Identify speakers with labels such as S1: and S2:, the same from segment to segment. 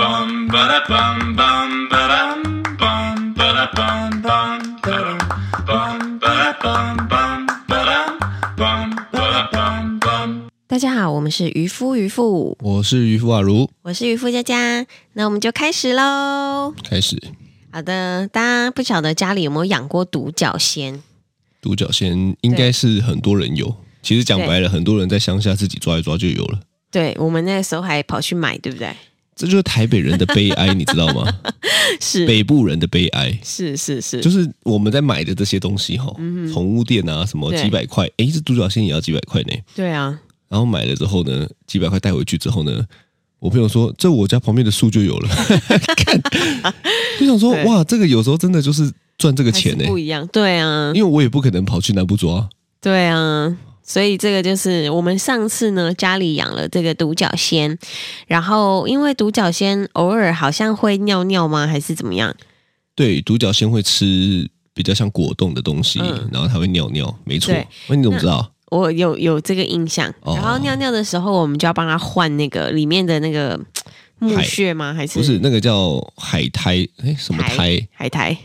S1: bum ba da bum bum ba dum bum ba da bum bum ba dum bum ba da bum bum ba dum bum ba da bum bum.
S2: 大家好，我们是渔夫渔妇，
S3: 我是渔夫阿如，
S2: 我是渔夫佳佳，那我们就开始喽。
S3: 开始
S2: 好的，大家不晓得家里有没有养过独角仙？
S3: 独角仙应该是很多人有，其实讲白了，很多人在乡下自己抓一抓就有了，
S2: 对我们那个时候还跑去买，对不对？
S3: 这就是台北人的悲 哀，你知道吗？
S2: 是
S3: 北部人的悲哀。
S2: 是是是，嗯
S3: 就是我们在买的这些东西哈，宠物店啊，什么
S2: 对
S3: 几百块，诶，一只独角仙也要几百块呢。
S2: 对啊，
S3: 然后买了之后呢，几百块带回去之后呢，我朋友说这我家旁边的树就有了， 看，就想说
S2: 对
S3: 哇，这个有时候真的就是赚这个
S2: 还是
S3: 钱欸呢、
S2: 不一样，对啊，
S3: 因为我也不可能跑去南部抓，
S2: 对啊，所以这个就是我们上次呢家里养了这个独角仙，然后因为独角仙偶尔好像会尿尿吗？还是怎么样？
S3: 对，独角仙会吃比较像果冻的东西，
S2: 嗯
S3: 然后它会尿尿，没错
S2: 对。
S3: 那你怎么
S2: 那
S3: 知道？
S2: 我有有这个印象。
S3: 哦
S2: 然后尿尿的时候，我们就要帮他换那个里面的那个嘖木屑吗？还是
S3: 不是那个叫海苔，哎，什么苔？
S2: 海苔？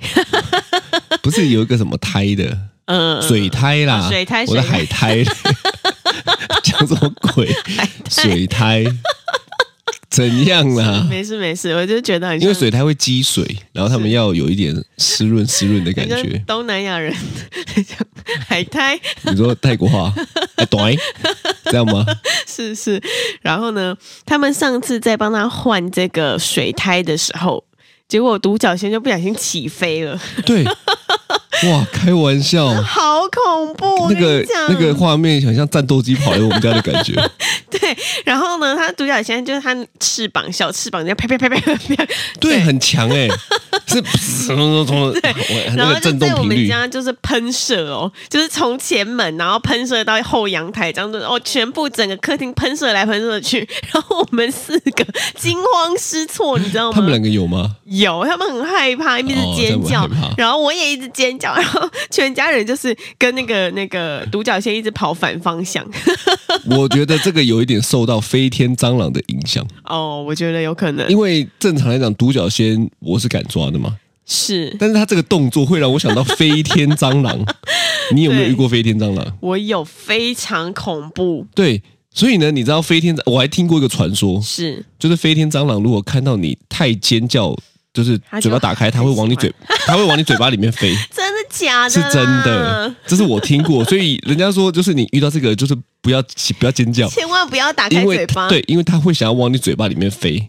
S3: 不是有一个什么苔的
S2: 嗯，
S3: 水苔啦？
S2: 哦水苔
S3: 我的
S2: 水苔
S3: 海苔，讲什么鬼？水苔怎样啦？
S2: 没事没事，我就觉得很像
S3: 啊因为水苔会积水，然后他们要有一点湿润湿润的感
S2: 很像
S3: 觉。
S2: 东南亚人 海苔
S3: 你说泰国话，哎，短，这样吗？
S2: 是是。然后呢，他们上次在帮他换这个水苔的时候。结果独角仙就不小心起飞了，
S3: 对，哇，开玩笑。
S2: 好恐怖！我
S3: 那
S2: 跟
S3: 个
S2: 你讲，
S3: 那个画面很像战斗机跑来我们家的 感觉，
S2: 对，然后呢，它独角仙就是它翅膀小翅膀，就啪啪啪啪啪啪，
S3: 对，很强哎、是什么什么我
S2: 然
S3: 那
S2: 后
S3: 个
S2: 就
S3: 震
S2: 在
S3: 动
S2: 我
S3: 频
S2: 们
S3: 率，
S2: 家就是喷射哦，就是从前门，然后喷射到后阳台，这样子哦，全部整个客厅喷射来喷射去， 然后我们四个惊慌失措，你知道吗？
S3: 他们两个有 吗？
S2: 有，他们很害怕，一直尖叫，
S3: 他们很害怕
S2: 然后我也一直尖叫，然后全家人就是跟那个那个独角仙一直跑反方向。
S3: 我觉得这个有一点受到飞天蟑螂的影响，
S2: 哦，我觉得有可能
S3: 因为正常来讲独角仙我是敢抓的嘛，
S2: 是
S3: 但是它这个动作会让我想到飞天蟑 螂，你有没有遇过飞天蟑螂？
S2: 我有非常恐怖，
S3: 对。所以呢，你知道飞天，我还听过一个传说，
S2: 是
S3: 就是飞天蟑螂如果看到你太尖叫，就是
S2: 它就
S3: 嘴巴打开，它会往 你嘴，它会往你嘴巴里面飞。
S2: 真的假的？
S3: 是真的，，这是我听过，所以人家说就是你遇到这个就是不要不要尖叫，
S2: 千万不要打
S3: 因
S2: 开
S3: 为
S2: 嘴巴。呃
S3: 对，因为他会想要往你嘴巴里面飞。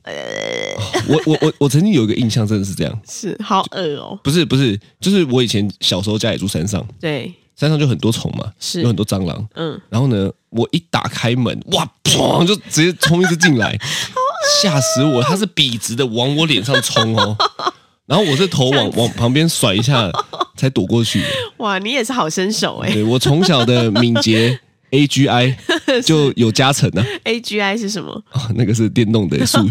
S3: 我我我我曾经有一个印象真的是这样，
S2: 是好恶哦，
S3: 不是不是，就是我以前小时候家里住山上，
S2: 对，
S3: 山上就很多虫嘛，
S2: 是
S3: 有很多蟑螂，
S2: 嗯，
S3: 然后呢，我一打开门，哇，砰就直接冲一只进来，吓死我！它是笔直的往我脸上冲哦，然后我是头往往旁边甩一下才躲过去的。
S2: 哇，你也是好身手哎、
S3: 对我从小的敏捷 AGI 就有加成啊，
S2: A G I 是什么？
S3: 哦那个是电动 的术语，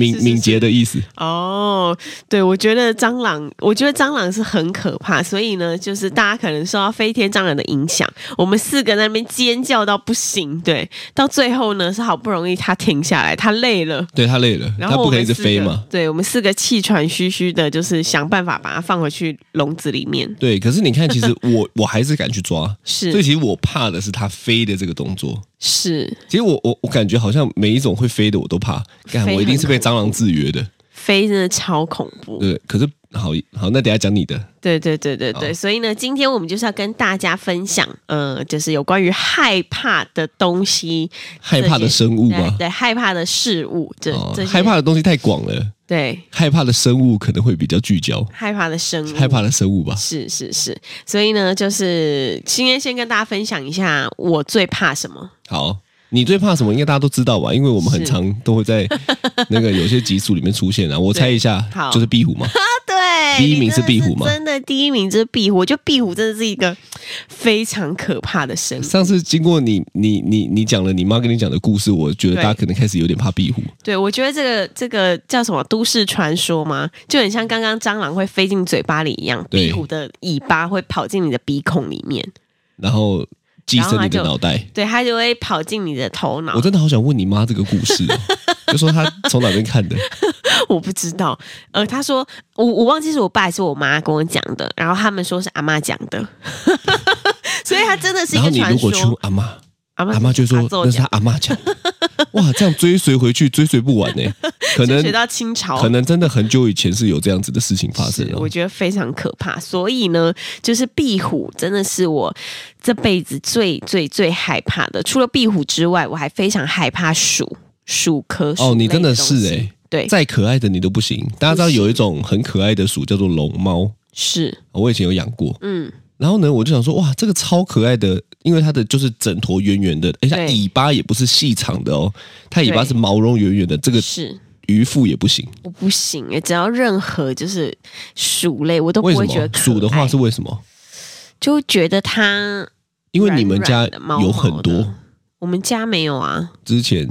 S3: 敏
S2: 是是
S3: 敏捷的意思。
S2: 哦，对，我觉得蟑螂，我觉得蟑螂是很可怕，所以呢，就是大家可能受到飞天蟑螂的影响，我们四个在那边尖叫到不行，对，到最后呢是好不容易它停下来，它累了。
S3: 对他累了，
S2: 然
S3: 他
S2: 后
S3: 不
S2: 我
S3: 可
S2: 们
S3: 以一直
S2: 四个
S3: 飞嘛。？
S2: 对我们四个气喘吁吁的，就是想办法把它放回去笼子里面。
S3: 对，可是你看，其实 我我还是敢去抓，所以
S2: 是
S3: 其实我怕的是它飞的这个动作。
S2: 是，
S3: 其实我我我感觉好像每一种会飞的我都怕，干
S2: 飞
S3: 我一定是被
S2: 很恐
S3: 蟑螂制约的。
S2: 飞真的超恐怖。
S3: 对，可是好好，那等一下讲你的，
S2: 对对对对
S3: 哦
S2: 对，所以呢，今天我们就是要跟大家分享，呃，就是有关于害怕的东西，
S3: 害怕的生物
S2: 对
S3: 吗？
S2: 对，害怕的事物，这、
S3: 哦
S2: 这，些
S3: 害怕的东西太广了，
S2: 对
S3: 害怕的生物可能会比较聚焦，
S2: 害怕的生物，
S3: 害怕的生物吧。
S2: 是是是，所以呢，就是今天先跟大家分享一下我最怕什么。
S3: 好，你最怕什么？应该大家都知道吧？因为我们很
S2: 是
S3: 常都会在那个有些集数里面出现啊。我猜一下
S2: 对 好，
S3: 就是壁虎嘛。
S2: 对，
S3: 啊第一名
S2: 你真
S3: 是
S2: 的
S3: 壁虎吗
S2: 真的，第一名就是壁虎。我觉得壁虎真的是一个非常可怕的生物。
S3: 上次经过你你你你讲了你妈跟你讲的故事，我觉得
S2: 对
S3: 大家可能开始有点怕壁虎。
S2: 对，我觉得这个这个叫什么都市传说吗？就很像刚刚蟑螂会飞进嘴巴里一样，
S3: 对
S2: 壁虎的尾巴会跑进你的鼻孔里面。
S3: 然后寄生你
S2: 然后它就
S3: 的脑袋。
S2: 对，它就会跑进你的头脑
S3: 我。真的好想问你妈这个故事、哦， 就说她从哪边看的？
S2: 我不知道，呃，他说我我忘记是我爸还是我妈跟我讲的，然后他们说是阿妈讲的， 所以他真的是一
S3: 然后
S2: 个
S3: 你
S2: 传
S3: 如果去问
S2: 说。
S3: 阿妈，
S2: 阿嬷
S3: 阿妈就会说
S2: 阿祖
S3: 那是
S2: 讲
S3: 她阿妈讲的。哇，这样追随回去追随不完呢、可能
S2: 学到清朝，
S3: 可能真的很久以前是有这样子的事情发生
S2: 是
S3: 哦
S2: 我。觉得非常可怕。所以呢，就是壁虎真的是我这辈子最最最害怕的。除了壁虎之外，我还非常害怕鼠、鼠科。鼠
S3: 哦，你
S2: 类
S3: 真的
S2: 东西
S3: 是哎、
S2: 对，
S3: 再可爱的你都不行。大家知道有一种很可爱的鼠叫做龙猫，
S2: 是，
S3: 我以前有养过。
S2: 嗯，
S3: 然后呢，我就想说，哇，这个超可爱的，因为它的就是整坨圆圆的，而且它
S2: 对
S3: 尾巴也不是细长的哦，它尾巴
S2: 对
S3: 是毛茸圆圆的，这个
S2: 是
S3: 鱼腹也不行。
S2: 我不行哎，只要任何就是鼠类，我都不
S3: 为什
S2: 会觉得
S3: 么？
S2: 可
S3: 鼠的话
S2: 爱
S3: 是为什么？
S2: 就觉得它，
S3: 因为你们家
S2: 软软的毛毛的
S3: 有很多。
S2: 我们家没有啊。
S3: 之前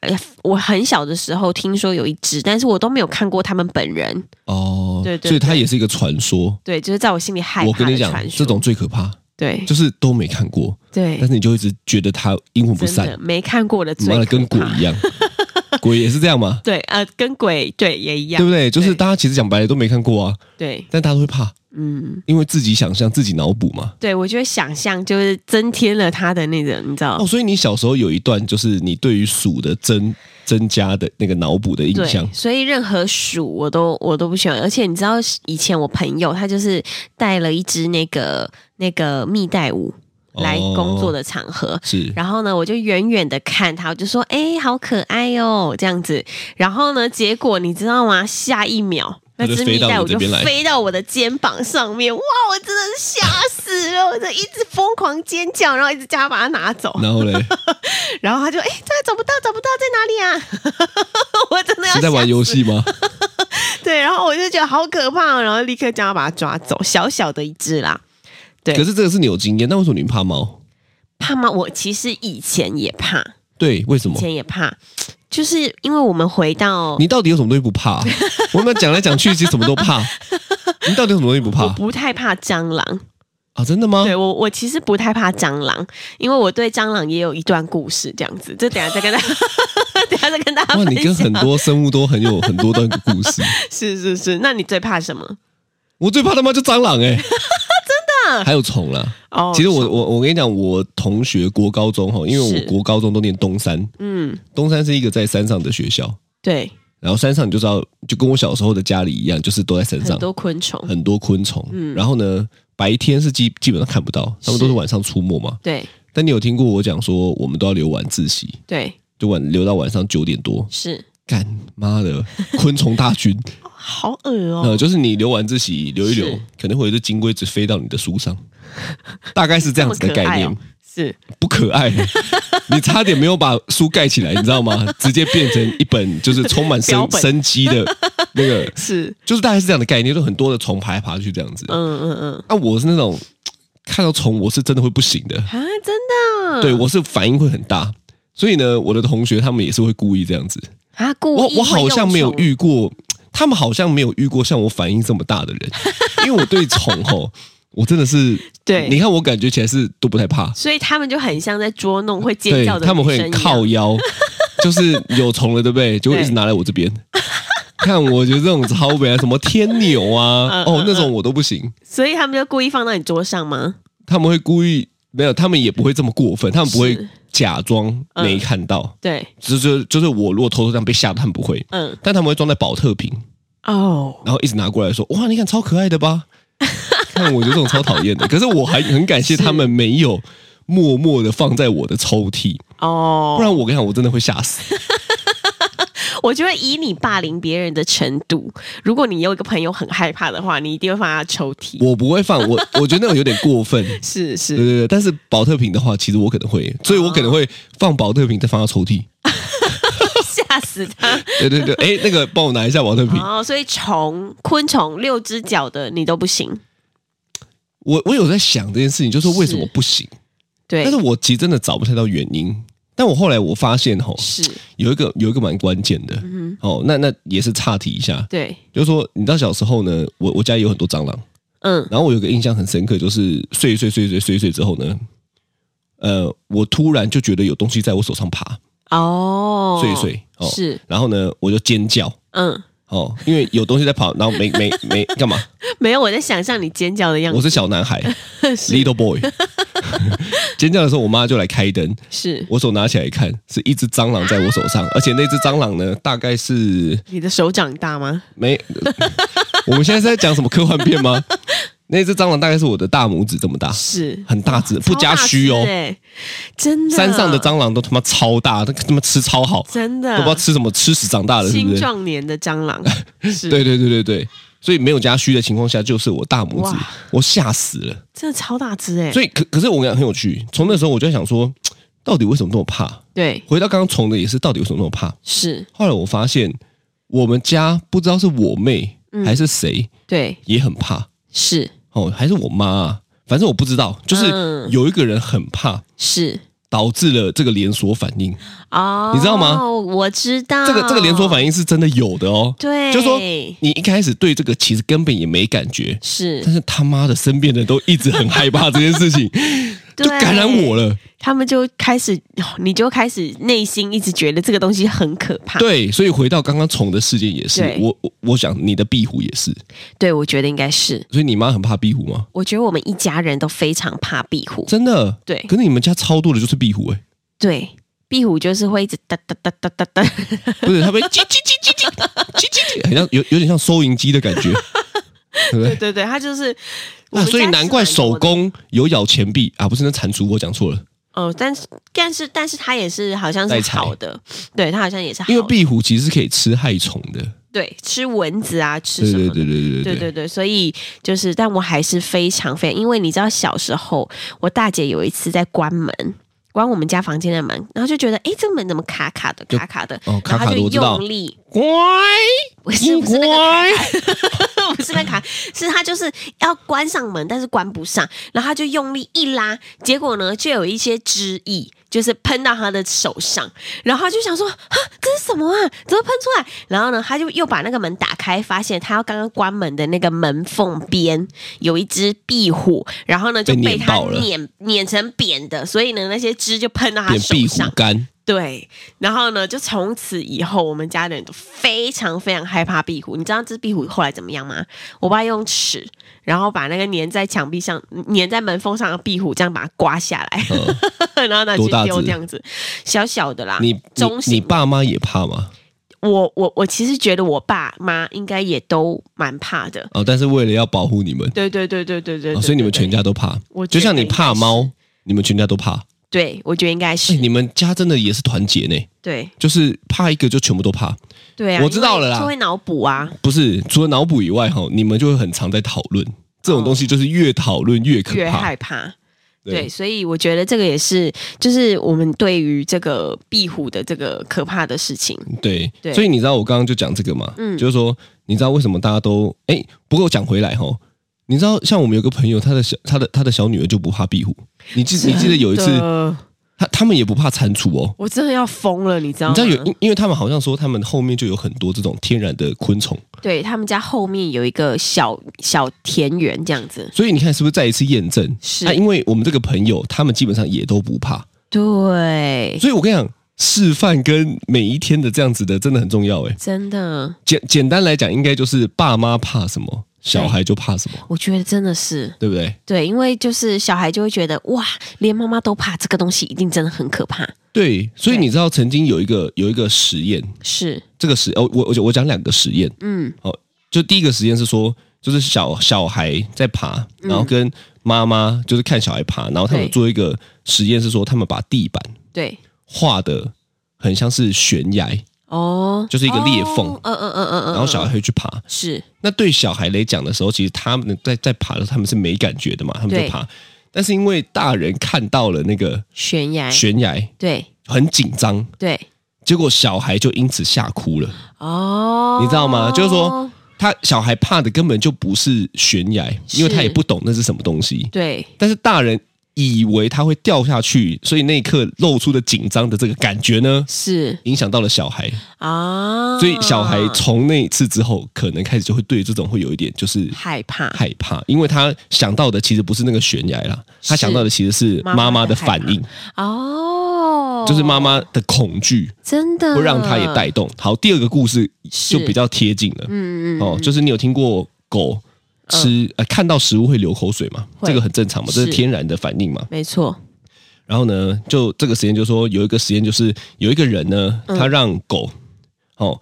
S2: 哎呀，我很小的时候听说有一只，但是我都没有看过它们本人。
S3: 哦，
S2: 对对
S3: 所以它
S2: 对
S3: 也是一个传说。
S2: 对，就是在我心里害
S3: 我
S2: 怕
S3: 跟你
S2: 的
S3: 讲
S2: 传，说。
S3: 这种最可怕，
S2: 对
S3: 就是都没看过，
S2: 对
S3: 但，是你就一直觉得它阴魂不
S2: 真的
S3: 散，
S2: 没看过的最
S3: 妈的
S2: 可
S3: 跟鬼
S2: 怕
S3: 一样，鬼也是这样嘛，
S2: 对，呃，跟鬼对也一样，
S3: 对不对？就是
S2: 对
S3: 大家其实讲白了都没看过啊，
S2: 对，
S3: 但大家都会怕，
S2: 嗯，
S3: 因为自己想象、自己脑补嘛。
S2: 对，我觉得想象就是增添了他的那种，你知道，
S3: 哦，所以你小时候有一段就是你对于鼠的增增加的那个脑补的印
S2: 对
S3: 象，，
S2: 所以任何鼠我都我都不喜欢。而且你知道，以前我朋友他就是带了一只那个那个蜜袋鼯来
S3: 哦
S2: 工作的场合，
S3: 是
S2: 然后呢，我就远远的看它，我就说：“哎、好可爱哦，这样子。”然后呢，结果你知道吗？下一秒，那
S3: 它就
S2: 只
S3: 飞
S2: 蜜
S3: 到
S2: 袋
S3: 你
S2: 鼯
S3: 这
S2: 就
S3: 边来
S2: 飞到我的肩膀上面，哇！我真的吓死了，我就一直疯狂尖叫，然后一直叫它把它拿走。
S3: 然后嘞
S2: 然后他就：“哎、这找不到，找不到，在哪里啊？” 我真的要
S3: 是在玩
S2: 吓
S3: 游戏吗？
S2: 对，然后我就觉得好可怕、哦，然后立刻叫他把它抓走，小小的一只啦。对
S3: 可是这个是你有经验，那为什么你怕猫？
S2: 怕吗？我其实以前也怕，
S3: 对，为什
S2: 以
S3: 么？
S2: 前也怕，就是因为我们回到
S3: 你到底有什么东西不怕、 我们讲来讲去，其实什么都怕。你到底有什么东西不
S2: 我
S3: 怕
S2: 不太怕蟑螂，
S3: 啊？真的吗？
S2: 对我我其实不太怕蟑螂，因为我对蟑螂也有一段故事，这样子，这等一下再跟 大家，等一下再跟大家
S3: 哇，
S2: 分享。
S3: 你跟很多生物都很有很多段故事。
S2: 是是是，那你最怕什么？
S3: 我最怕他妈就蟑 螂哎、真的。还有虫啦。
S2: 哦，
S3: 其实我我我跟你讲，我同学国高中哈，因为
S2: 是
S3: 我国高中都念东山，
S2: 嗯，
S3: 东山是一个在山上的学校，
S2: 对，
S3: 然后山上你就知道，就跟我小时候的家里一样，就是都在山上，
S2: 很多嗯昆虫，
S3: 很多昆虫。然后呢，白天是基基本上看不到，他们都
S2: 是
S3: 是晚上出没嘛。
S2: 对
S3: 但你有听过我讲说，我们都要留晚自习，
S2: 对
S3: 就晚留到晚上九点多，
S2: 是，
S3: 干妈的昆虫大军，
S2: 好恶哦、
S3: 呃，就是你留晚自习留一留
S2: 是，
S3: 可能会有一只金龟子飞到你的书上，大概是这样子
S2: 这
S3: 的
S2: 么可爱
S3: 概念，
S2: 哦是
S3: 不可爱， 你差点没有把书盖起来，你知道吗？直接变成一本就是充满
S2: 标
S3: 生
S2: 本
S3: 生机的那个，
S2: 是，
S3: 就是大概是这样的概念，就很多的虫爬来爬去这样子。
S2: 嗯嗯嗯，
S3: 啊，我是那种看到虫我是真的会不行的，
S2: 啊，真的，
S3: 对我是反应会很大，所以呢，我的同学他们也是会故意这样子。
S2: 啊，故
S3: 我
S2: 意
S3: 我
S2: 会
S3: 好
S2: 用
S3: 像没有
S2: 虫
S3: 遇过，他们好像没有遇过像我反应这么大的 人，因为我对虫吼，我真的是，
S2: 对
S3: 你看我感觉起来是都不太怕，
S2: 所以他们就很像在捉弄会尖
S3: 对
S2: 叫的
S3: 他们会
S2: 女
S3: 很
S2: 生一样
S3: 靠腰，就是有虫了，对不对？就会一直
S2: 对
S3: 拿来我这边。看，我觉得这种超 北啊，什么天牛啊，
S2: 嗯
S3: 哦
S2: 嗯，
S3: 那种我都不行。
S2: 所以他们就故意放到你桌上吗？
S3: 他们会故意没有，他们也不会这么过分，他们不会
S2: 是嗯
S3: 假装没看到。
S2: 对，
S3: 就是就是我如果偷偷这样被吓到，他们不会，
S2: 嗯，
S3: 但他们会装在保特瓶，
S2: 哦，
S3: 然后一直拿过来说：“哇，你看超可爱的吧？” 看，我觉得这种超讨厌的。可是我还很感谢他们没有默默的放在我的抽屉，
S2: 哦，
S3: 不然我跟你讲，我真的会吓死。
S2: 我觉得以你霸凌别人的程度，如果你有一个朋友很害怕的话，你一定会放他抽屉。
S3: 我不会放，我 我觉得那种有点过分。
S2: 是
S3: 对
S2: 是，
S3: 对对，但是保特瓶的话，其实我可能会，所以我可能会放保特瓶，再放到抽屉。
S2: 吓死 他！
S3: 对对对，哎，那个帮我拿一下保特瓶。
S2: 哦，所以虫、昆虫、六只脚的你都不行。
S3: 我我有在想这件事情，就是为什么
S2: 是哎
S3: 不行？
S2: 对，
S3: 但是我其实真的找不太到原因。但我后来我发现吼，
S2: 是，嗯
S3: 有一个有一个蛮关键的，哦，那那也是岔题一下，
S2: 对，
S3: 就是说，你知道小时候呢，我我家也有很多蟑螂，
S2: 嗯，
S3: 然后我有个印象很深刻，就是睡一睡睡一睡睡一睡之后呢，呃，我突然就觉得有东西在我手上爬，
S2: 哦，
S3: 碎碎哦，
S2: 是，
S3: 然后呢，我就尖叫
S2: 嗯，
S3: 哦，因为有东西在跑，然后没没没 干嘛，
S2: 没有，我在想象你尖叫的样
S3: 我
S2: 子，
S3: 是小 男孩，little boy，尖叫的时候，我妈就来开灯，
S2: 是
S3: 我手拿起来看，是一只蟑螂在我手上，而且那只蟑螂呢，大概是
S2: 你的手掌大吗？
S3: 没， 我们现在是在讲什么科幻片 吗？那只蟑螂大概是我的大拇指这么大，
S2: 是，
S3: 很大只，不加虚
S2: 超大
S3: 哦
S2: 只。欸，真的，
S3: 山上的蟑螂都他妈超大，它他妈吃超好，
S2: 真的
S3: 都不知道吃什么，吃屎长大的，是不
S2: 青
S3: 是？
S2: 壮年的蟑 螂，是，
S3: 对，对对对对，所以没有加虚的情况下，就是我大拇指
S2: 哇，
S3: 我吓死了。
S2: 真的超大只哎，
S3: 所以可可是我感觉很有趣，从那时候我就在想说，到底为什么这么怕？
S2: 对，
S3: 回到刚刚虫的也是，到底为什么这么怕？
S2: 是，
S3: 后来我发现，我们家不知道是我妹
S2: 嗯
S3: 还是谁、
S2: 对，
S3: 也很怕
S2: 是，
S3: 哦，还是我妈、啊，反正我不知道，就是
S2: 嗯
S3: 有一个人很怕，
S2: 是。
S3: 导致了这个连锁反应。
S2: 哦，
S3: 你知道吗
S2: 我知道
S3: 这个这个连锁反应是真的有的哦，
S2: 对，
S3: 就说你一开始对这个其实根本也没感觉，但
S2: 是，
S3: 是他妈的身边的都一直很害怕这件 事情，就
S2: 对
S3: 感染我了。
S2: 他们就开始，哦你就开始内心一直觉得这个东西很可怕。
S3: 对，所以回到刚刚虫的事件也是，
S2: 对
S3: 我我我想你的壁虎也是，
S2: 对，我觉得应该是，
S3: 所以你妈很怕壁虎吗？
S2: 我觉得我们一家人都非常怕壁虎。
S3: 真的？
S2: 对
S3: 可是你们家超多的就是壁虎哎、
S2: 对，壁虎就是会一直哒哒哒哒哒 哒，
S3: 不是，它会叽叽叽叽叽叽叽叽，很像有有点像收银机的感觉，对不
S2: 对
S3: 对？
S2: 对对，它就是。我
S3: 那
S2: 们
S3: 啊所以
S2: 家是
S3: 难怪
S2: 蛮多
S3: 手
S2: 的
S3: 工有咬钱币啊，不是那蟾蜍，我讲错了，
S2: 哦，但是但是但是它也是好像
S3: 代
S2: 是
S3: 采
S2: 好的，对，它好像也是好的，
S3: 因为壁虎其实是可以吃害虫的，
S2: 对吃蚊子啊，吃
S3: 对
S2: 什么
S3: 对
S2: 的
S3: 对对对
S2: 对对对，所以就是，但我还是非常非常，因为你知道小时候，我大姐有一次在关门，关我们家房间的门，然后就觉得，哎，这门怎么卡卡的，卡卡的，
S3: 哦卡卡的
S2: 然后她
S3: 我知
S2: 就
S3: 道
S2: 用力，
S3: 乖，
S2: 不是不是那个
S3: 乖，
S2: 卡，不是那个卡，是她就是要关上门，但是关不上，然后她就用力一拉，结果呢，就有一些汁液。就是喷到她的手上，然后她就想说啊，这是什么啊？怎么喷出来？然后呢，她就又把那个门打开，发现她要刚刚关门的那个门缝边有一只壁虎，然后呢就
S3: 被
S2: 被
S3: 碾
S2: 它
S3: 爆了
S2: 碾碾成扁的，所以呢那些汁就喷到她
S3: 变
S2: 手
S3: 壁虎
S2: 上。
S3: 干，
S2: 对，然后呢，就从此以后，我们家的人都非常非常害怕壁虎。你知道这壁虎后来怎么样吗？我爸用尺，然后把那个粘在墙壁上、粘在门缝上的壁虎，这样把它刮下 来，
S3: 嗯，
S2: 然后拿去
S3: 多大
S2: 丢，
S3: 只
S2: 这样子，小小的啦。
S3: 你你
S2: 中
S3: 你
S2: 型
S3: 爸妈也怕吗？
S2: 我我我其实觉得我爸妈应该也都蛮怕的。
S3: 哦，但是为了要保护你们，
S2: 对对对对对对
S3: 哦
S2: 对
S3: 所以你们
S2: 对
S3: 全家都怕
S2: 我，觉
S3: 就
S2: 得
S3: 像你怕
S2: 应
S3: 猫，你们全家都怕。
S2: 对，我觉得应该是
S3: 哎，你们家真的也是团结呢，
S2: 对
S3: 就是怕一个就全部都怕，
S2: 对啊，
S3: 我知道了啦
S2: 因为就会脑补啊，
S3: 不是？除了脑补以外，哈，你们就会很常在讨论这种东西，就是越讨论越可
S2: 哦越
S3: 怕
S2: 害。怕。
S3: 对
S2: 对，所以我觉得这个也是，就是我们对于这个壁虎的这个可怕的事情，
S3: 对，
S2: 对嗯
S3: 所以你知道我刚刚就讲这个嘛，就是说，你知道为什么大家都哎？不过讲回来哈，你知道像我们有个朋友，他的小他的他的小女儿就不怕壁虎，你记你记得有一次，
S2: 呃，
S3: 他他们也不怕蟾蜍哦。
S2: 我真的要疯了，你知道
S3: 你
S2: 吗？
S3: 知道有，因因为他们好像说他们后面就有很多这种天然的昆虫，
S2: 对他们家后面有一个小小田园这样子，
S3: 所以你看是不是再一次验证？
S2: 是
S3: 啊，因为我们这个朋友他们基本上也都不怕，
S2: 对，
S3: 所以我跟你讲，示范跟每一天的这样子的真的很重要。哎，
S2: 真的，
S3: 简简单来讲，应该就是爸妈怕什么，小孩就怕什么，
S2: 我觉得真的是
S3: 对不对？
S2: 对，因为就是小孩就会觉得哇，连妈妈都怕这个东西，一定真的很可怕，
S3: 对，所以
S2: 对
S3: 你知道曾经有一个有一个实验，
S2: 是，
S3: 这个实哦，我我我讲两个实验，哦
S2: 嗯，
S3: 就第一个实验是说，就是小小孩在爬，然后跟妈妈就是看小孩爬，然后他们
S2: 嗯对
S3: 做一个实验是说，他们把地板
S2: 对，
S3: 画的很像是悬崖，
S2: 哦，
S3: 就是一个裂缝
S2: 哦嗯嗯嗯嗯嗯，
S3: 然后小
S2: 嗯
S3: 孩会去爬。
S2: 是
S3: 那对小孩来讲的时候，其实他们在在爬的时候，他们是没感觉的嘛，他们
S2: 对
S3: 就爬。但是因为大人看到了那个
S2: 悬崖，
S3: 悬崖，
S2: 对
S3: 很紧张，
S2: 对。
S3: 结果小孩就因此吓哭了。
S2: 哦，
S3: 你知道吗就是说，他小孩怕的根本就不是悬崖，因
S2: 是
S3: 为他也不懂那是什么东西。
S2: 对
S3: 但是大人以为他会掉下去，所以那一刻露出的紧张的这个感觉呢，
S2: 是
S3: 影响到了小孩，
S2: 啊，
S3: 所以小孩从那一次之后，可能开始就会对这种会有一点就是
S2: 害怕，
S3: 害怕，因为他想到的其实不是那个悬崖啦，他
S2: 是
S3: 想到的其实是
S2: 妈妈
S3: 妈妈
S2: 的
S3: 的
S2: 害
S3: 反
S2: 怕
S3: 应，
S2: 哦，
S3: 就是妈妈的恐惧
S2: 真的
S3: 会让他也
S2: 嗯
S3: 带动。好，第二个故事就是比较贴近了，
S2: 嗯嗯
S3: 哦，就是你有听过狗
S2: 嗯
S3: 吃呃看到食物会流口水嘛？
S2: 会
S3: 这个很正常嘛，这是
S2: 是
S3: 天然的反应嘛。
S2: 没错，
S3: 然后呢，就这个实验就说有一个实验就是有一个人呢，
S2: 嗯
S3: 他让狗哦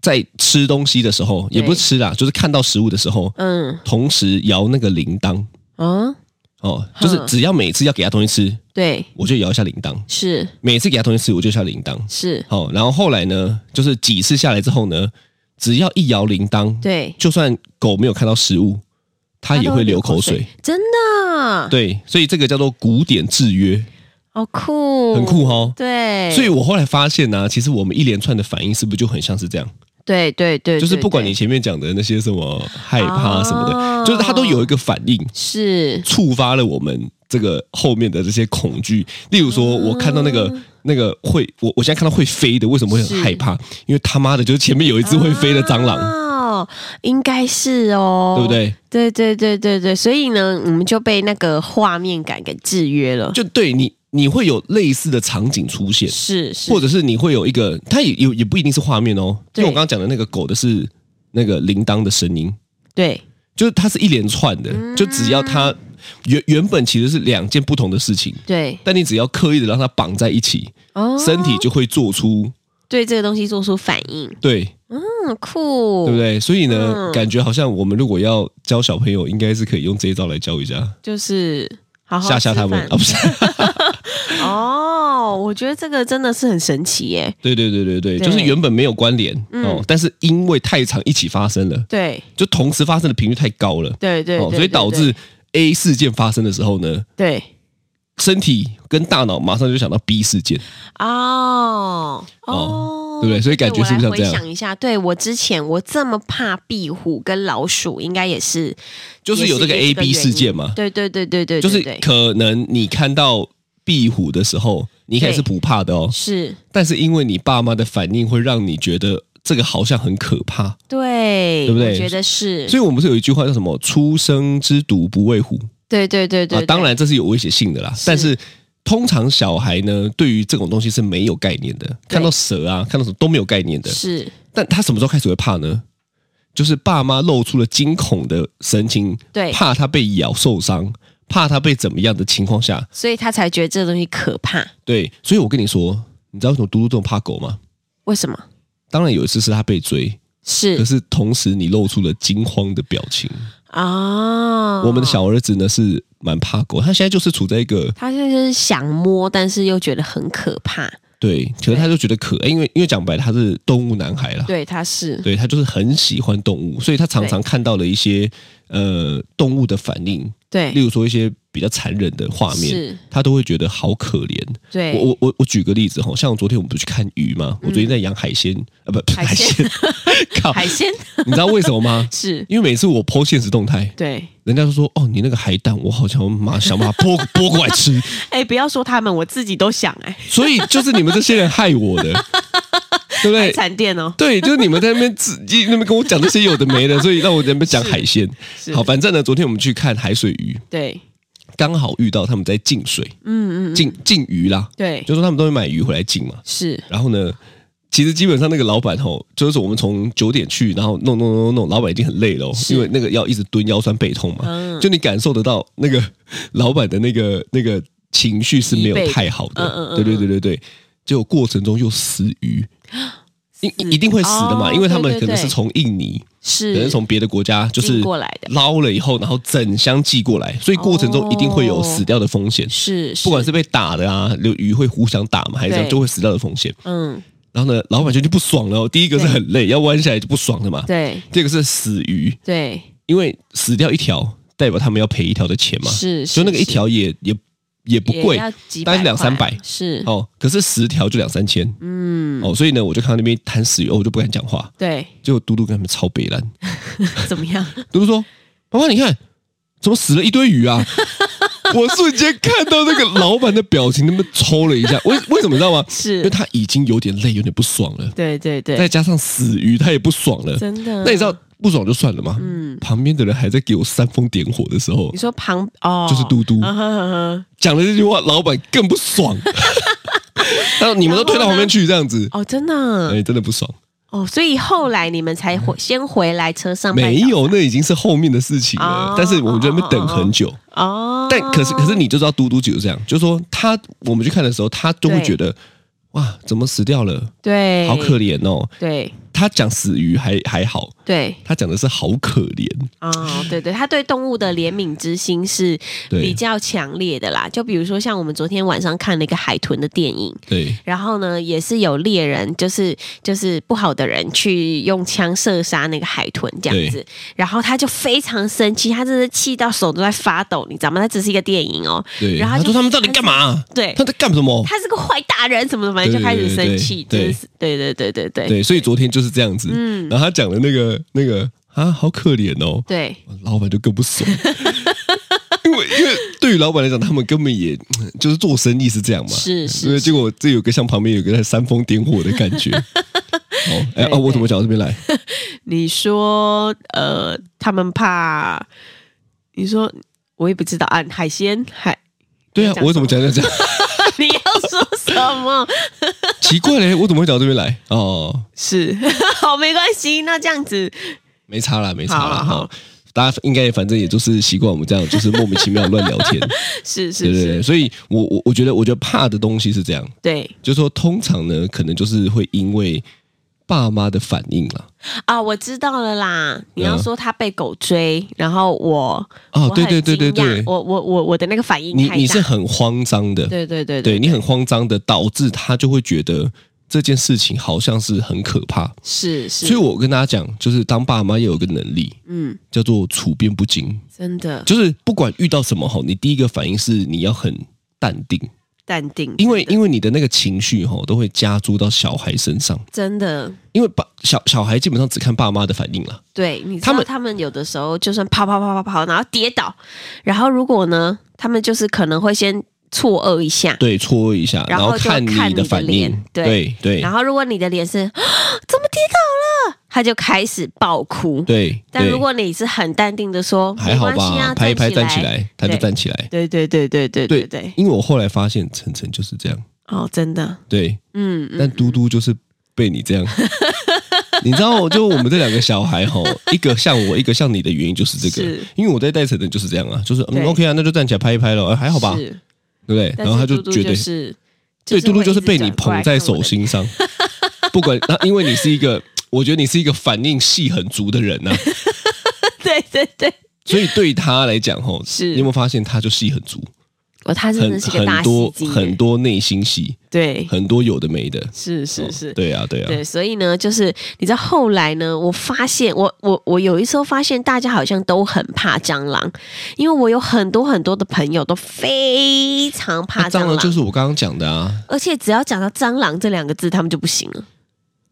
S3: 在吃东西的时候，也不是吃啦，就是看到食物的时候，
S2: 嗯
S3: 同时摇那个铃铛
S2: 啊，
S3: 哦，就是
S2: 哼
S3: 只要每次要给他东西吃，
S2: 对，
S3: 我就摇一下铃铛；
S2: 是
S3: 每次给他东西吃，我就摇铃铛。
S2: 是，
S3: 好、然后后来呢，就是几次下来之后呢，只要一摇铃铛，
S2: 对，
S3: 就算狗没有看到食物，它也会流口水。，
S2: 真的，，
S3: 对，所以这个叫做古典制约，
S2: 好酷，
S3: 很，酷哦。
S2: 对，
S3: 所以我后来发现呢、其实我们一连串的反应是不是就很像是这样？
S2: 对对对，
S3: 就是
S2: 对
S3: 不管你
S2: 对
S3: 前面讲的那些什么害怕什么的，
S2: 哦
S3: 就是它都有一个反应，
S2: 是
S3: 触发了我们这个后面的这些恐惧。例如说，我看到那个。那个会，我我现在看到会飞的，为什么会很害怕？因为他妈的，就是啊前面有一只会飞的蟑螂，
S2: 哦，应该是哦，
S3: 对不？对？
S2: 对对对对对，所以呢，我们就被那个画面感给制约了，
S3: 就对你，你会有类似的场景出现，
S2: 是是，
S3: 或者是你会有一个，它也有也不一定是画面哦，因
S2: 对
S3: 为我刚刚讲的那个狗的是那个铃铛的声音，
S2: 对
S3: 就是它是一连串的，
S2: 嗯
S3: 就只要它原原本其实是两件不同的事情，
S2: 对
S3: 但你只要刻意的让它绑在一起，
S2: 哦，
S3: 身体就会做出
S2: 对这个东西做出反应，
S3: 对
S2: 嗯，酷，
S3: 对不？对？所以呢，
S2: 嗯
S3: 感觉好像我们如果要教小朋友，应该是可以用这一招来教一下，
S2: 就是好好
S3: 吓吓他们
S2: 吃
S3: 啊，
S2: 饭
S3: 不是？
S2: 哦，我觉得这个真的是很神奇耶，
S3: 对对对对对，
S2: 对嗯
S3: 就是原本没有关联哦，但是因为太常一起发生了。
S2: 对
S3: 就同时发生的频率太高了，
S2: 对对
S3: 哦，
S2: 对
S3: 所以导致 A 事件发生的时候呢，
S2: 对对
S3: 身体跟大脑马上就想到 B 事件，
S2: 哦哦
S3: 哦，对不对所以感觉是不
S2: 对
S3: 是像
S2: 我来
S3: 这样
S2: 回想一下，对我之前我这么怕壁虎跟老鼠，应该也是
S3: 就是有这个
S2: 也是
S3: A
S2: 一个原
S3: B
S2: 因
S3: 事件嘛，
S2: 对对对对对，
S3: 就是
S2: 对对
S3: 可能你看到壁虎的时候，你一开始是不怕的哦，
S2: 是
S3: 但是因为你爸妈的反应会让你觉得这个好像很可怕，
S2: 对，
S3: 对不对
S2: 我觉得是，
S3: 所以我们不是有一句话叫什么“初生之犊不畏虎”
S2: 对对对对
S3: 啊，
S2: 对
S3: 当然这是有威胁性的啦，但是。通常小孩呢，对于这种东西是没有概念的，看到蛇啊，看到什么都没有概念的。
S2: 是
S3: 但他什么时候开始会怕呢？就是爸妈露出了惊恐的神情，
S2: 对
S3: 怕他被咬受伤，怕他被怎么样的情况下，
S2: 所以他才觉得这东西可怕。
S3: 对，所以我跟你说，你知道为什么嘟嘟这么怕狗吗？
S2: 为什么？
S3: 当然有一次是他被追，可
S2: 是
S3: 是同时你露出了惊慌的表情。
S2: 啊，
S3: 我们的小儿子呢是蛮怕狗，他现在就是处在一个
S2: 他就是想摸，但是又觉得很可怕。
S3: 对，可是他就觉得可爱，因为因为讲白了他是动物男孩啦，
S2: 对，他是
S3: 对他就是很喜欢动物，所以他常
S2: 对
S3: 常看到了一些呃动物的反应，
S2: 对
S3: 例如说一些比较残忍的画面，
S2: 是，
S3: 他都会觉得好可怜。
S2: 对，嗯
S3: 我我我我举个例子哈，像我昨天我们不是去看鱼吗？我昨天在养海鲜啊，不不
S2: 海
S3: 海鲜，靠！
S2: 海鲜
S3: 你知道为什么吗？
S2: 是，
S3: 因为每次我剖现实动态，
S2: 对。
S3: 人家就说哦，你那个海胆，我好想马想把它剥剥过来吃，
S2: 哎，不要说他们，我自己都想哎，
S3: 所以就是你们这些人害我的，对不对？
S2: 闪电哦，
S3: 对，就是你们在那边自己那边跟我讲这些有的没的，所以让我在那边讲海鲜。
S2: 是
S3: 好，反正呢，昨天我们去看海水鱼，
S2: 对，
S3: 刚好遇到他们在进水，
S2: 嗯嗯，
S3: 进进鱼啦，
S2: 对，
S3: 就说他们都会买鱼回来进嘛。
S2: 是
S3: 然后呢，其实基本上那个老板吼，就是我们从九点去，然后弄弄弄弄弄，老板已经很累了、哦，
S2: 是
S3: 因为那个要一直蹲腰酸背痛嘛，
S2: 嗯
S3: 就你感受得到那个老板的那个那个情绪是没有太好
S2: 嗯
S3: 的，
S2: 嗯嗯
S3: 对对对对对，结果过程中又死 鱼。一一定会死的嘛，
S2: 哦
S3: 因为他
S2: 对
S3: 们
S2: 对
S3: 可能
S2: 对
S3: 是从印尼，
S2: 是，
S3: 可能从别的国家就是
S2: 进过来的
S3: 捞了以后，然后整箱寄过来，所以过程中一定会
S2: 哦
S3: 有死掉的风险，
S2: 是，
S3: 不管是被打的啊，有鱼会互相打嘛，还是这样
S2: 对
S3: 就会死掉的风险。
S2: 嗯，
S3: 然后呢，老板就就不爽了、哦。第一个是很累，要弯下来就不爽了嘛。
S2: 对
S3: 第二个是死鱼，
S2: 对
S3: 因为死掉一条，代表他们要赔一条的钱嘛。
S2: 是，
S3: 就是那个一条也也也不贵
S2: 也要几
S3: 大概
S2: 百
S3: 两三
S2: 块
S3: 百
S2: 是，
S3: 哦，可是十条就两三千、
S2: 嗯，
S3: 哦，所以呢，我就看到那边谈死鱼，哦，我就不敢讲话。
S2: 对，
S3: 结果嘟嘟跟他们超北蓝，
S2: 怎么样？
S3: 嘟嘟说：“妈妈，你看，怎么死了一堆鱼啊？” 我瞬间看到那个老板的表情，那么抽了一下，为为什么你知道吗？
S2: 是
S3: 因为他已经有点累，有点不爽了，
S2: 对对
S3: 再
S2: 对，
S3: 加上死鱼，他也不爽了。
S2: 真的。
S3: 那你知道不爽就算了嘛，嗯，旁边的人还在给我煽风点火的时候
S2: 你，说旁哦，
S3: 就是嘟嘟
S2: 啊哈哈哈
S3: 讲了这句话，老板更不 爽，然后你们都推到旁边去这样子，
S2: 哦，真的啊
S3: 哎，真的不爽。
S2: 哦，所以后来你们才回先回来车上半
S3: 嗯没
S2: 小
S3: 有，那已经是后面的事情了
S2: 哦。
S3: 但是我们在那边等很久，
S2: 哦，
S3: 但可是可是你就知道嘟嘟就是这样，就是说他我们去看的时候，他就会
S2: 对
S3: 觉得哇，怎么死掉了，
S2: 对，
S3: 好可，怜哦。
S2: 对
S3: 他讲死鱼还还好，
S2: 对
S3: 他讲的是好可怜，
S2: 哦，对对，他对动物的怜悯之心是
S3: 对
S2: 比较强烈的啦。就比如说像我们昨天晚上看了一个海豚的电影，
S3: 对
S2: 然后呢，也是有猎人，就是就是不好的人去用枪射杀那个海豚这样子，然后他就非常生气，他真是气到手都在发抖，你知道吗？他只是一个电影哦，
S3: 对。
S2: 然后
S3: 他
S2: 就
S3: 说他们到底干嘛？
S2: 对
S3: 他。在干什么？
S2: 他是个坏大人，什么的，反正就开始生气，真
S3: 对对对对
S2: 是对对对对对
S3: 对，所以昨天就是这样子。
S2: 嗯
S3: 然后他讲的那个那个啊，好可怜哦，
S2: 对
S3: 老板就更不爽。 因为因为对于老板来讲，他们根本也 嗯就是做生意是这样嘛，
S2: 是是
S3: 所以结果这有个像旁边有个在煽风点火的感 觉。哦，
S2: 对
S3: 哎啊，我怎么讲到这边来？
S2: 你说呃，他们怕，你说我也不知道啊，海鲜海，
S3: 对啊，
S2: 讲
S3: 我怎么讲讲讲？
S2: 你要说什么？
S3: 奇怪嘞，我怎么会讲到这边来？哦，
S2: 是 好，没关系，那这样子
S3: 没差啦，没差啦。
S2: 好好
S3: 哈。大家应该也反正也就是习惯我们这样，就是莫名其妙乱聊天，
S2: 是
S3: 对
S2: 是
S3: 对
S2: 是，
S3: 对。所以我我我觉得，我觉得怕的东西是这样，
S2: 对
S3: 就是说通常呢，可能就是会因为爸妈的反应啦。
S2: 啊，我知道了啦。你要
S3: 嗯
S2: 说他被狗追，然后我
S3: 哦
S2: 我
S3: 对
S2: 很
S3: 对对
S2: 惊
S3: 对
S2: 讶
S3: 对
S2: 我我我我的那个反应
S3: 你
S2: 太
S3: 你
S2: 大
S3: 是很慌张的，
S2: 对对对
S3: 对你很慌张的，导致他就会觉得这件事情好像是很可怕。
S2: 是是，
S3: 所以我跟大家讲，就是当爸妈要有一个能力，
S2: 嗯，
S3: 叫做处变不惊，
S2: 真的
S3: 就是不管遇到什么吼，你第一个反应是你要很淡定，
S2: 淡定，
S3: 因为
S2: 真的
S3: 因为你的那个情绪吼都会加诸到小孩身上，
S2: 真的
S3: 因为爸小小孩基本上只看爸妈的反应啦。
S2: 对，你知
S3: 他
S2: 道
S3: 们
S2: 他们有的时候就算跑跑跑跑跑，然后跌倒，然后如果呢，他们就是可能会先错愕一下，
S3: 对，搓一下，
S2: 然
S3: 然
S2: 后
S3: 后
S2: 就
S3: 看
S2: 看
S3: 你
S2: 你的
S3: 的反
S2: 脸
S3: 应，
S2: 对
S3: 对对
S2: 然后如果你的脸是啊怎么跌倒了，他就开始爆哭。
S3: 对。
S2: 但
S3: 对
S2: 如果你是很淡定的说，
S3: 还好
S2: 没关系啊
S3: 吧，拍一拍站
S2: 起
S3: 起，来，他就
S2: 对
S3: 站起来。
S2: 对对对对对对
S3: 对
S2: 对，
S3: 因为我后来发现晨晨就是这样，
S2: 哦，真的，
S3: 对，
S2: 嗯，嗯
S3: 但嘟嘟就是被你这样。 你知道，就我们这两个小孩吼，一个像我，一个像你的原因就是这个
S2: 是，
S3: 因为我在带晨晨就是这样啊，就是
S2: 对
S3: 嗯 OK 啊，那就站起来拍一拍了，呃还好吧，对
S2: 是
S3: 不对？
S2: 但
S3: 然后
S2: 是
S3: 他就
S2: 嘟嘟
S3: 觉得，
S2: 是，
S3: 对，
S2: 是
S3: 嘟嘟就是被
S2: 会
S3: 你
S2: 一直转过来
S3: 捧在
S2: 看我
S3: 手
S2: 的，
S3: 心上， 不管那因为你是一个，我觉得你是一个反应戏很足的人呐、 啊
S2: 对对对，
S3: 所以对他来讲吼，
S2: 是
S3: 你有没有发现他就戏很足，
S2: 哦，他真
S3: 很
S2: 的是个
S3: 很
S2: 大
S3: 多
S2: 戏精耶，
S3: 很多内心戏，
S2: 对，
S3: 很多有的没的，
S2: 是是是，
S3: 对啊，对啊，
S2: 对，所以呢，就是你知道后来呢，我发现我我我有一时候发现大家好像都很怕蟑螂，因为我有很多很多的朋友都非常怕
S3: 那
S2: 蟑
S3: 蟑
S2: 螂，
S3: 螂就是我刚刚讲的啊，
S2: 而且只要讲到蟑螂这两个字，他们就不行了。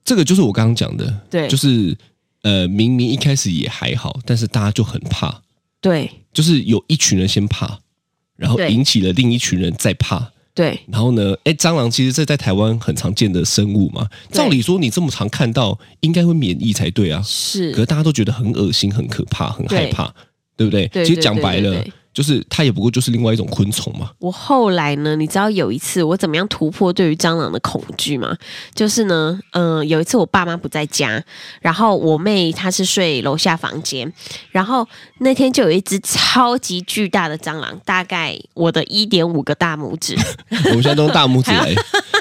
S3: 这个就是我刚刚讲的，
S2: 对
S3: 就是呃，明明一开始也还好，但是大家就很怕，
S2: 对
S3: 就是有一群人先怕，然后
S2: 对
S3: 引起了另一群人再怕，
S2: 对
S3: 然后呢，哎，蟑螂其实这在台湾很常见的生物嘛，
S2: 对
S3: 照理说你这么常看到，应该会免疫才对啊，可是
S2: 是，
S3: 大家都觉得很恶心、很可怕、很害怕，对不对？
S2: 对
S3: 其
S2: 对
S3: 实讲
S2: 对
S3: 白
S2: 对
S3: 了
S2: 对，
S3: 就是它也不过就是另外一种昆虫嘛，
S2: 我后来呢，你知道有一次我怎么样突破对于蟑螂的恐惧吗？就是呢，嗯、有一次我爸妈不在家，然后我妹她是睡楼下房间，然后那天就有一只超级巨大的蟑螂，大概我的一点五个大拇指，
S3: 我们现在都用大拇指来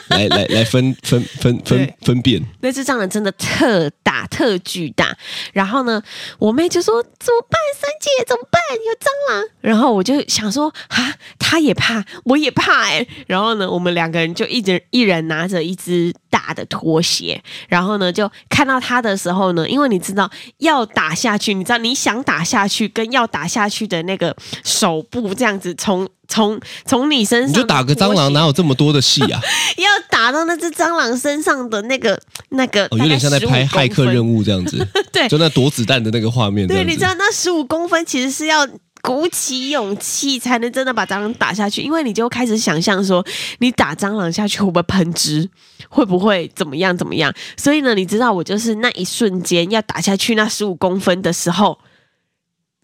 S3: 来来来分分分分
S2: 对
S3: 分辨。
S2: 那只蟑螂真的特大特巨大。然后呢，我妹就说怎么办，三姐怎么办？有蟑螂。然后我就想说啊，她也怕，我也怕哎、然后呢，我们两个人就一直一人拿着一只大的拖鞋，然后呢，就看到它的时候呢，因为你知道要打下去，你知道你想打下去跟要打下去的那个手部这样子从。从从你身上
S3: 你就打个蟑
S2: 的拖
S3: 螂，
S2: 鞋
S3: 哪有这么多的戏啊？
S2: 要打到那只蟑螂身上的那个那个，
S3: 哦，有点像在拍
S2: 大概
S3: 骇
S2: 15公
S3: 客
S2: 分
S3: 任务这样子，
S2: 对
S3: 就那躲子弹的那个画面这
S2: 对，
S3: 样
S2: 你知
S3: 子。
S2: 道那十五公分其实是要鼓起勇气才能真的把蟑螂打下去，因为你就开始想象说，你打蟑螂下去会不会喷汁，会不会怎么样怎么样？所以呢，你知道我就是那一瞬间要打下去那十五公分的时候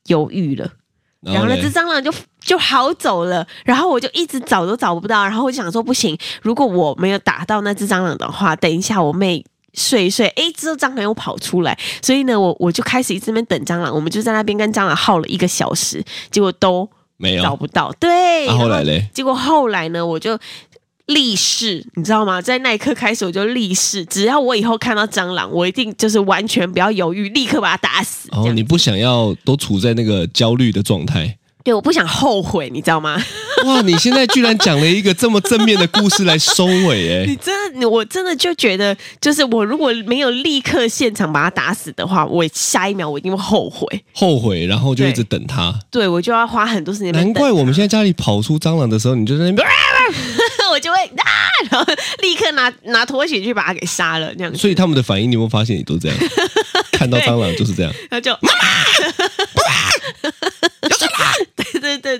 S2: 犹豫了。然后呢，
S3: 嘞
S2: 这蟑螂就 就好走了。然后我就一直找都找不到，然后我就想说不行，如果我没有打到那只蟑螂的话，等一下我妹。睡一睡，诶，之后蟑螂又跑出来，所以呢，我我就开始一直在那边等蟑螂，我们就在那边跟蟑螂耗了一个小时，结果都
S3: 没
S2: 找
S3: 有，
S2: 不到。对，
S3: 啊后来嘞？
S2: 结果后来呢，我就立誓，你知道吗？在那一刻开始，我就立誓，只要我以后看到蟑螂，我一定就是完全不要犹豫，立刻把它打死。这
S3: 然后
S2: 样
S3: 哦你不想要都处在那个焦虑的状态。
S2: 对，我不想后悔，你知道吗？
S3: 哇，你现在居然讲了一个这么正面的故事来收尾，
S2: 你
S3: 哎，
S2: 真的，你我真的就觉得，就是我如果没有立刻现场把他打死的话，我下一秒我一定会后悔。
S3: 后悔，然后就一直等他。
S2: 对，我就要花很多时间在那边
S3: 难
S2: 等。
S3: 怪我们现在家里跑出蟑螂的时候，你就在那边，啊
S2: 我就会啊，然后立刻拿拿拖鞋去把他给杀了，这样子，
S3: 所以他们的反应，你有没有发现也 都这样？看到蟑螂就是这样，
S2: 他就 妈妈， 对对对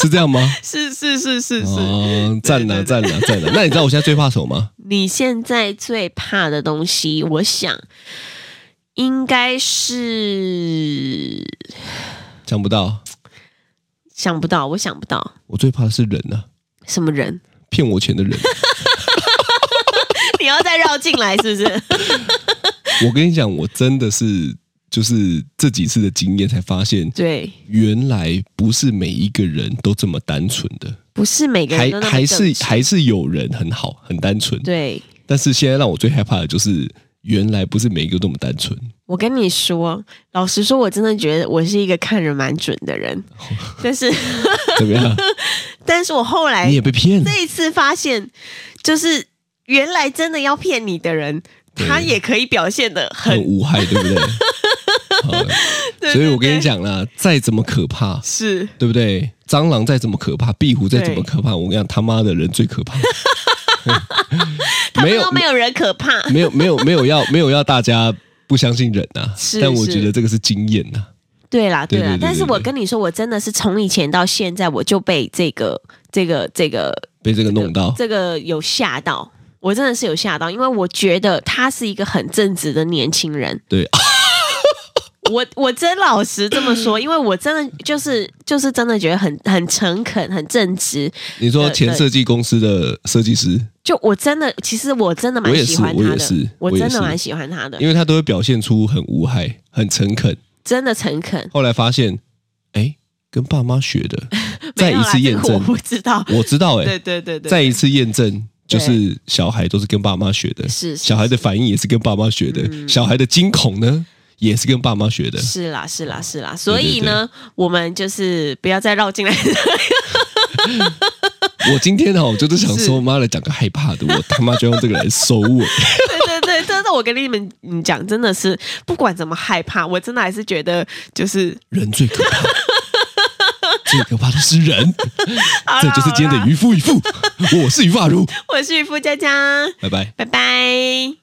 S3: 是这样吗？
S2: 是是是是是。
S3: 哦，赞了
S2: 对
S3: 赞了赞了！那你知道我现在最怕什么吗？
S2: 你现在最怕的东西，我想应该是
S3: 讲不到，
S2: 想不到，我想不到
S3: 我最怕的是人啊，
S2: 什么人。
S3: 骗我钱的人。
S2: 你要再绕进来是不是？
S3: 我跟你讲，我真的是就是这几次的经验才发现，
S2: 对，
S3: 原来不是每一个人都这么单纯的。
S2: 不是每个人
S3: 还
S2: 都那么
S3: 还是
S2: 正直
S3: 还是有人很好很单纯，
S2: 对。
S3: 但是现在让我最害怕的就是，原来不是每一个都那么单纯。
S2: 我跟你说，老实说，我真的觉得我是一个看人蛮准的人，
S3: 哦
S2: 但是，
S3: 怎么样？
S2: 但是我后来
S3: 你也被骗了？
S2: 这一次发现，就是原来真的要骗你的人，
S3: 对
S2: 他也可以表现的
S3: 很
S2: 很，
S3: 无害，对不对？好
S2: 对
S3: 所以我跟你，
S2: 对
S3: 讲啦，再怎么可怕
S2: 对，是
S3: 对不对？蟑螂再怎么可怕，壁虎再怎
S2: 对
S3: 么可怕，我跟你讲，他妈的人最 可怕。没有
S2: 都没有人可怕。
S3: 没有没有没有要没有要大家不相信人呐、啊，
S2: 是
S3: 但我
S2: 是
S3: 觉得这个是经验啊呐、
S2: 对啦，
S3: 对
S2: 对啦
S3: 对对，
S2: 但是
S3: 对
S2: 我
S3: 对
S2: 跟你说，我真的是从以前到现在，我就被这个、这个、这个、
S3: 被这个弄到。
S2: 这个有吓到。我真的是有吓到，因为我觉得他是一个很正直的年轻人。
S3: 对，
S2: 我我真老实这么说，因为我真的就是就是真的觉得很很诚恳、很正直。
S3: 你说
S2: 对
S3: 前
S2: 对
S3: 设计公司的设计师，
S2: 就我真的，其实我真的蛮
S3: 我也
S2: 喜
S3: 是
S2: 欢
S3: 我
S2: 他
S3: 也是
S2: 的，我
S3: 我也
S2: 真
S3: 是
S2: 的蛮喜欢他的，
S3: 因为他都会表现出很无害、很诚恳。
S2: 真的诚恳。
S3: 后来发现，哎，跟爸妈学 的，再
S2: 没有
S3: 一
S2: 啦
S3: 次验
S2: 这个我
S3: 证，
S2: 不知道。
S3: 我知道哎、
S2: 对对对对，
S3: 再一次验证，
S2: 对
S3: 就是小孩都是跟爸妈学的，
S2: 是是
S3: 小孩的反应也是跟爸妈学的，小孩的惊恐呢也是跟爸妈学的。
S2: 是啦是啦是啦，所以呢，我们就是不要再绕进来。
S3: 我今天哦，我就是想说，
S2: 是
S3: 妈的，讲个害怕的，我他妈就用这个来 收尾。
S2: 对对对，真的，我跟你们嗯讲，真的是不管怎么害怕，我真的还是觉得就是
S3: 人最可怕，最可怕的是人，
S2: 好啦
S3: 这就是今天
S2: 好
S3: 的
S2: 啦
S3: 渔夫渔妇，我是渔发如，
S2: 我是渔夫佳佳，
S3: 拜拜。
S2: 拜拜。